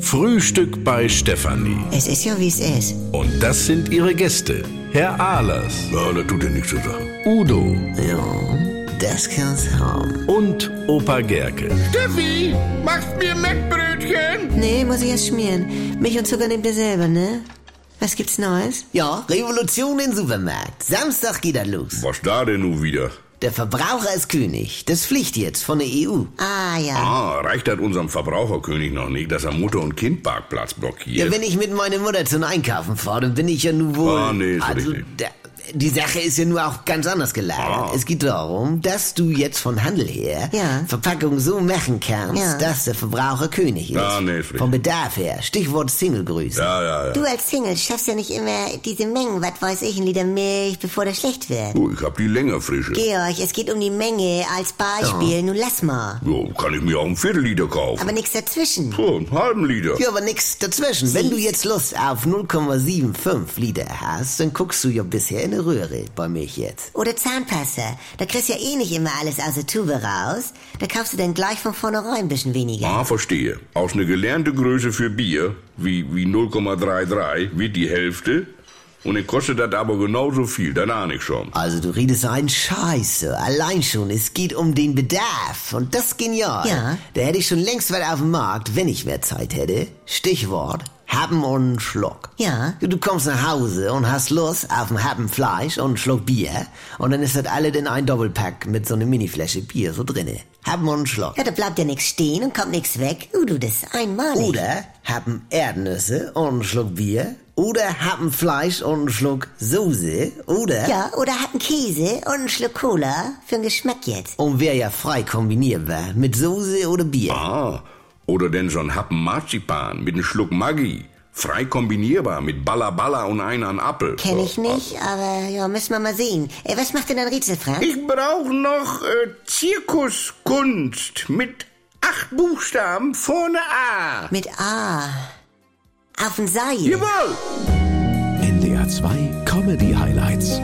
Frühstück bei Stefanie. Es ist ja, wie es ist. Und das sind ihre Gäste. Herr Ahlers, Ja, das tut dir nichts zu sagen. Udo Ja, das kann's haben. und Opa Gerke. Steffi, machst mir Mettbrötchen? Nee, muss ich erst schmieren. Milch und Zucker nehmt ihr selber, ne? Was gibt's Neues? Ja, Revolution im Supermarkt. Samstag geht das los. Was da denn nun wieder? Der Verbraucher ist König. Das Pflicht jetzt von der E EU. Ah, ja. Ah, reicht das unserem Verbraucherkönig noch nicht, dass er Mutter- und Kindparkplatz Ja, blockiert? wenn ich mit meiner Mutter zum Einkaufen fahre, dann bin ich ja nun wohl... Ah, nee, so also, richtig. da, die Sache ist ja nur auch ganz anders gelagert. Ah. Es geht darum, dass du jetzt von Handel her Ja. Verpackung so machen kannst, Ja. dass der Verbraucher König ist. Ah, nee, ist richtig. Vom Bedarf her. Stichwort Singlegröße. ja, ja, ja. Du als Single schaffst ja nicht immer diese Mengen, was weiß ich, ein Liter Milch, bevor das schlecht wird. Du, ich hab die länger frische. Georg, es geht um die Menge als Beispiel. Nun lass mal. Jo, kann ich mir auch einen Viertelliter kaufen. Aber nichts dazwischen. so, einen halben Liter. Ja, aber nix dazwischen. Wenn du jetzt Lust auf 0,75 Liter hast, dann guckst du ja bisher in die Röhre bei mir jetzt. Oder Zahnpasta. Da kriegst du ja eh nicht immer alles aus der Tube raus. Da kaufst du dann gleich von vornherein ein bisschen weniger. Ah, verstehe. Aus einer gelernten Größe für Bier, wie, wie 0,33, wird die Hälfte. Und dann kostet das aber genauso viel, dann ahne ich schon. Also du redest so einen Scheiße. Allein schon, es geht um den Bedarf. Und das ist genial. Ja. Da hätte ich schon längst was auf dem Markt, wenn ich mehr Zeit hätte. Stichwort, haben und einen Schluck. Ja. Du kommst nach Hause und hast Lust auf ein Happen Fleisch und einen Schluck Bier. Und dann ist das alle in ein Doppelpack mit so einer Miniflasche Bier so drinne. Haben und einen Schluck. Ja, da bleibt ja nichts stehen und kommt nichts weg. Uh, du, das ist einmalig. Oder haben Erdnüsse und einen Schluck Bier. Oder haben Fleisch und einen Schluck Soße. Oder. Ja, oder hat einen Käse und einen Schluck Cola für den Geschmack jetzt. Und wer ja frei kombinierbar mit Soße oder Bier. Ah, oder denn so ein Happen Marzipan mit einem Schluck Maggi. Frei kombinierbar mit Balla Balla und einer an Apfel. Kenn ich nicht, aber ja, müssen wir mal sehen. Ey, was macht denn dein Rätsel, Frank? Ich brauche noch äh, Zirkuskunst mit acht Buchstaben vorne A. Mit A. Auf den Seil. Jawohl! NDR 2 Comedy Highlights.